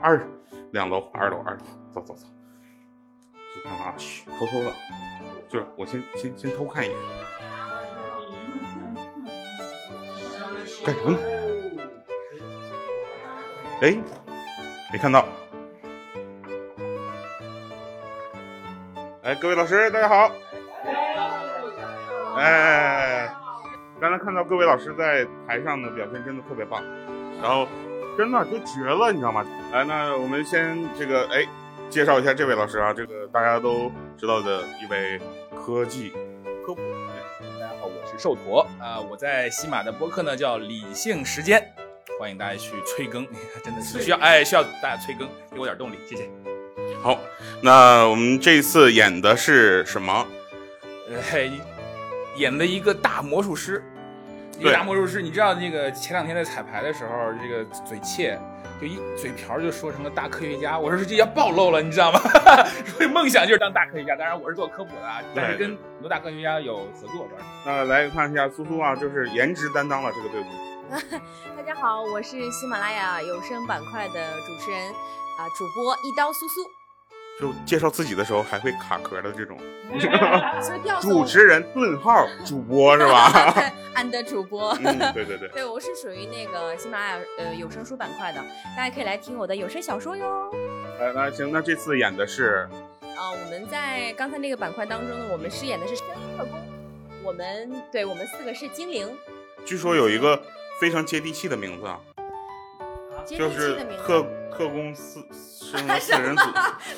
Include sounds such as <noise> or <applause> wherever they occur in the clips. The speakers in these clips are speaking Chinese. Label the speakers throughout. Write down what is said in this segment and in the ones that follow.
Speaker 1: 二两楼，二楼，二楼，走走走，去看看啊，嘘，偷偷的，就是我先先先偷看一眼，干什么呢？哎，没看到。哎，各位老师，大家好。哎，刚才看到各位老师在台上的表现真的特别棒，然后真的就绝了，你知道吗？来，那我们先这个哎，介绍一下这位老师啊，这个大家都知道的一位科技科普。
Speaker 2: 大家好，我是寿驼啊、我在喜马的播客呢叫理性时间，欢迎大家去催更， <laughs> 真的是需要哎需要大家催更，给我点动力，谢谢。
Speaker 1: 好，那我们这次演的是什么？
Speaker 2: 呃，演的一个大魔术师，一个
Speaker 1: 对
Speaker 2: 大魔术师，你知道那个前两天在彩排的时候，这个嘴切就一嘴瓢就说成了大科学家，我说这要暴露了，你知道吗？ <laughs> 所以梦想就是当大科学家，当然我是做科普的啊，但是
Speaker 1: 对
Speaker 2: 跟很多大科学家有合作，主要是
Speaker 1: 那来看一下苏苏啊，就是颜值担当了这个队伍。
Speaker 3: 大家好，我是喜马拉雅有声板块的主持人啊、主播一刀苏苏。
Speaker 1: 就介绍自己的时候还会卡壳的这种
Speaker 3: 所以调
Speaker 1: 主持人顿号主播是
Speaker 3: <laughs>
Speaker 1: 吧？ <laughs>
Speaker 3: 俺的主播。
Speaker 1: 嗯，对对对。
Speaker 3: 对，我是属于那个喜马拉雅呃有声书板块的，大家可以来听我的有声小说哟。
Speaker 1: 呃，那行，那这次演的是
Speaker 3: 啊、我们在刚才那个板块当中呢，我们饰演的是声音特工，我们对我们四个是精灵，
Speaker 1: 据说有一个非常接地气的名字啊，
Speaker 3: 接
Speaker 1: 就
Speaker 3: 地气
Speaker 1: 是
Speaker 3: 的名字。
Speaker 1: 特特工四四四人组，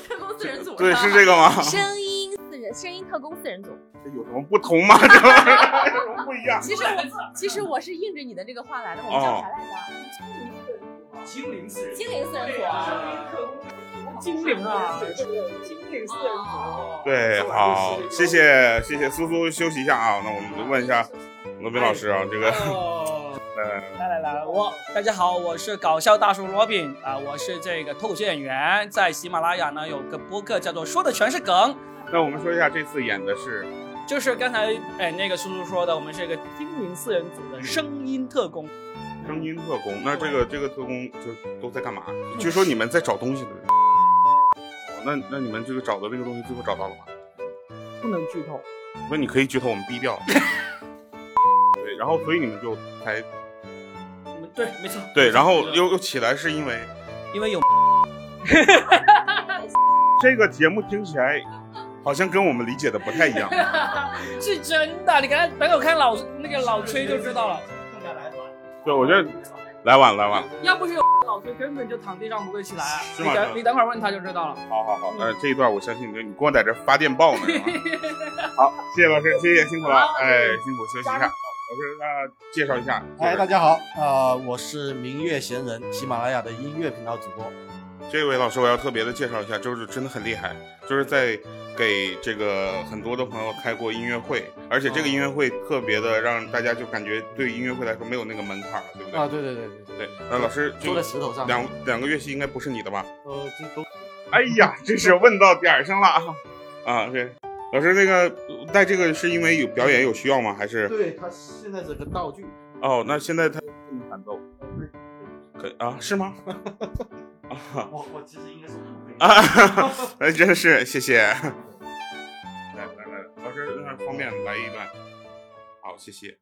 Speaker 3: 特工 <laughs> 四人组，
Speaker 1: 对，是这个吗？
Speaker 3: 声音四人，声音特工四人组。
Speaker 1: 这有什么不同
Speaker 3: <laughs>
Speaker 1: 吗？这有什么不一样？
Speaker 3: 其实我其实我是应着你的这个话来的，我们叫啥来
Speaker 1: 哦
Speaker 3: 着？
Speaker 4: 精灵四人
Speaker 3: 精灵四人组啊。
Speaker 4: 精灵啊，精灵四人组。
Speaker 1: 对，好，谢谢谢谢苏苏，休息一下啊。那我们就问一下罗宾老师啊，这个呃，
Speaker 4: 来来来，我大家好，我是搞笑大叔 Robin 啊，我是这个脱口秀演员，在喜马拉雅呢有个播客叫做《说的全是梗》，
Speaker 1: 那我们说一下这次演的是
Speaker 4: 就是刚才哎那个叔叔说的，我们是一个精灵四人组的声音特工。
Speaker 1: 声音特工，嗯那这个这个特工就都在干嘛？据说你们在找东西的。哦，那那你们这个找的那个东西最后找到了吗？
Speaker 4: 不能剧透，
Speaker 1: 那你可以剧透，我们逼 <laughs> 掉。对，然后所以你们就才
Speaker 4: 我们对，没错，
Speaker 1: 对，然后又又起来是因为
Speaker 4: 因为有
Speaker 1: 这个节目听起来好像跟我们理解的不太一样。
Speaker 4: 是真的，你刚才等我看老那个老崔就知道了，
Speaker 1: <laughs> 对，我觉得来晚来晚了。
Speaker 4: 要不是有老崔，根本就躺地上不会起来啊，
Speaker 1: 是
Speaker 4: 你
Speaker 1: 吗
Speaker 4: 等你等会儿问他就知道了。
Speaker 1: 好好好，呃，这一段我相信你，你光在这发电报呢。 <laughs> 是吧好，谢谢老师，谢谢辛苦了，哎，辛苦休息一下。老师，那介绍一下，
Speaker 5: 嗨，大家好，啊、我是明月闲人，喜马拉雅的音乐频道主播。
Speaker 1: 这位老师，我要特别的介绍一下，就是真的很厉害，就是在给这个很多的朋友开过音乐会，而且这个音乐会特别的让大家就感觉对音乐会来说没有那个门槛儿，对不对？
Speaker 5: 啊，对对对对
Speaker 1: 对，那老师就
Speaker 5: 坐在石头上
Speaker 1: 两两个乐器应该不是你的吧？
Speaker 5: 呃，这都
Speaker 1: 哎呀，这是问到点儿上了啊！ <laughs> 啊，对，老师那个带这个是因为有表演有需要吗？还是
Speaker 5: 对他现在这个道具，
Speaker 1: 哦？那现在他不能弹奏，可啊是吗？啊
Speaker 5: 我我其实应该是付费
Speaker 1: 啊， <laughs> 哎，真是谢谢。来来来，老师那方便来一段，好，谢谢。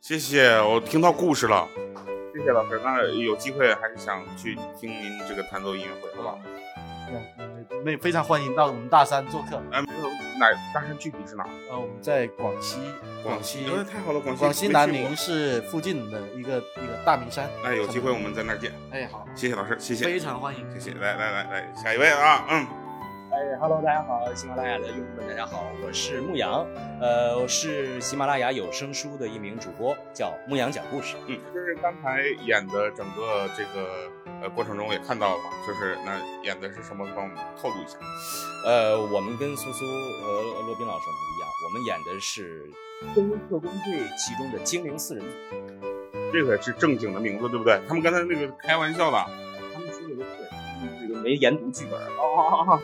Speaker 1: 谢谢，我听到故事了。谢谢老师，那有机会还是想去听您这个弹奏音乐会，好不好？
Speaker 5: 嗯 <laughs> 那非常欢迎到我们大山做客。
Speaker 1: 哎，没有哪大山具体是哪？
Speaker 5: 呃，我们在广西，广西，
Speaker 1: 哎太好了，广西
Speaker 5: 广西
Speaker 1: 没去
Speaker 5: 南
Speaker 1: 过
Speaker 5: 宁市附近的一个一个大明山。
Speaker 1: 哎，有机会我们在那儿见。
Speaker 5: 哎好，
Speaker 1: 谢谢老师，谢谢，
Speaker 5: 非常欢迎。
Speaker 1: 谢谢。来来来来，下一位啊，嗯，
Speaker 6: 哎，Hello，大家好，喜马拉雅的用户们，大家好，我是牧羊，呃，我是喜马拉雅有声书的一名主播，叫牧羊讲故事。
Speaker 1: 嗯，就是刚才演的整个这个呃过程中也看到了嘛，就是那演的是什么，帮我们透露一下。
Speaker 6: 呃，我们跟苏苏和洛宾老师不一样，我们演的是《精灵特工队》其中的精灵四人组。
Speaker 1: 这个是正经的名字，对不对？他们刚才那个开玩笑的，啊他们说的是嗯这个
Speaker 6: 没研读剧本，
Speaker 1: 哦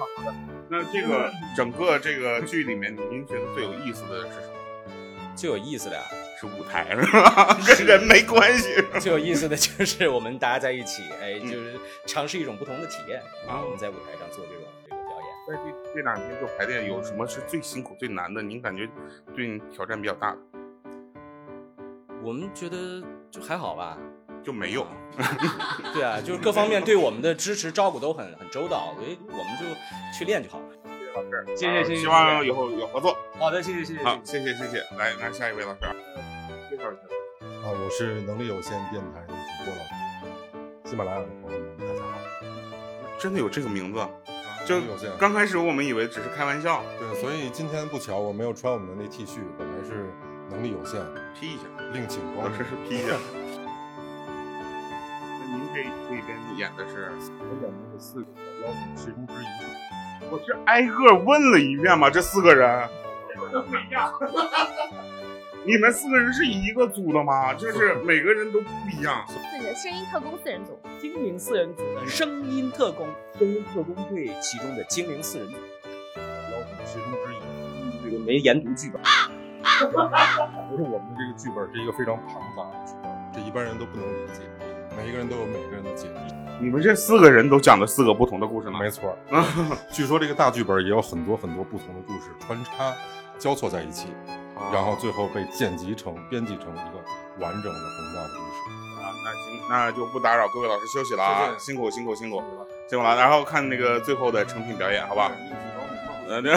Speaker 1: 那这个整个这个剧里面，您觉得最有意思的是什么？
Speaker 6: 最有意思的啊、
Speaker 1: 是舞台是吧？ <laughs> 跟人没关系
Speaker 6: 最有意思的就是我们大家在一起，哎，
Speaker 1: 嗯
Speaker 6: 就是尝试一种不同的体验
Speaker 1: 啊
Speaker 6: 我们在舞台上做这种这个表演。
Speaker 1: 在这这两天做排练，有什么是最辛苦、最难的？您感觉对你挑战比较大的？
Speaker 6: 我们觉得就还好吧，
Speaker 1: 就没有，
Speaker 6: <laughs> 对啊，就是各方面对我们的支持照顾都很很周到，所以我们就去练就好了。
Speaker 4: 谢
Speaker 1: 啊
Speaker 4: 谢谢谢，
Speaker 1: 希望以后有合作。
Speaker 4: 好的，谢谢谢谢。
Speaker 1: 好，谢谢谢谢。来，那下一位老师，啊介绍一下。
Speaker 7: 啊，我是能力有限电台的主播老师，喜马拉雅的朋友们，大家好。
Speaker 1: 真的有这个名字？啊就
Speaker 7: 能力有限，
Speaker 1: 刚开始我们以为只是开玩笑
Speaker 7: 对，所以今天不巧，我没有穿我们的那 T 恤，本来是能力有限，
Speaker 1: ，P 一下，
Speaker 7: 另请
Speaker 1: 老
Speaker 7: 光
Speaker 1: 师
Speaker 7: 临。
Speaker 1: 是 P 一下。那您这这边演的是？
Speaker 7: 我演的是四个妖精其中之一，
Speaker 1: 我是挨个问了一遍嘛，这四个 <laughs> 人都不一样。你们四个人是一个组的吗？就是每个人都不一 <laughs> 样。
Speaker 3: 四人声音特工四人组，
Speaker 4: 精灵四人组的声音特工，
Speaker 6: 精灵特工队其中的精灵四人组，
Speaker 7: 妖精其中之一。
Speaker 6: 这个没研读剧本，
Speaker 7: 不是我们的这个剧本是一个非常庞杂的剧本，这一般人都不能理解，每一个人都有每一个人的解释。
Speaker 1: 你们这四个人都讲的四个不同的故事呢？
Speaker 7: 没错儿， <laughs> 据说这个大剧本也有很多很多不同的故事穿插交错在一起，然后最后被剪辑成、编辑成一个完整的宏大的故事。
Speaker 1: 啊，那行，那就不打扰各位老师休息了
Speaker 7: 谢
Speaker 1: 啊，
Speaker 7: 谢
Speaker 1: 辛苦辛苦辛苦，辛苦了。然后看那个最后的成品表演，好吧？呃，那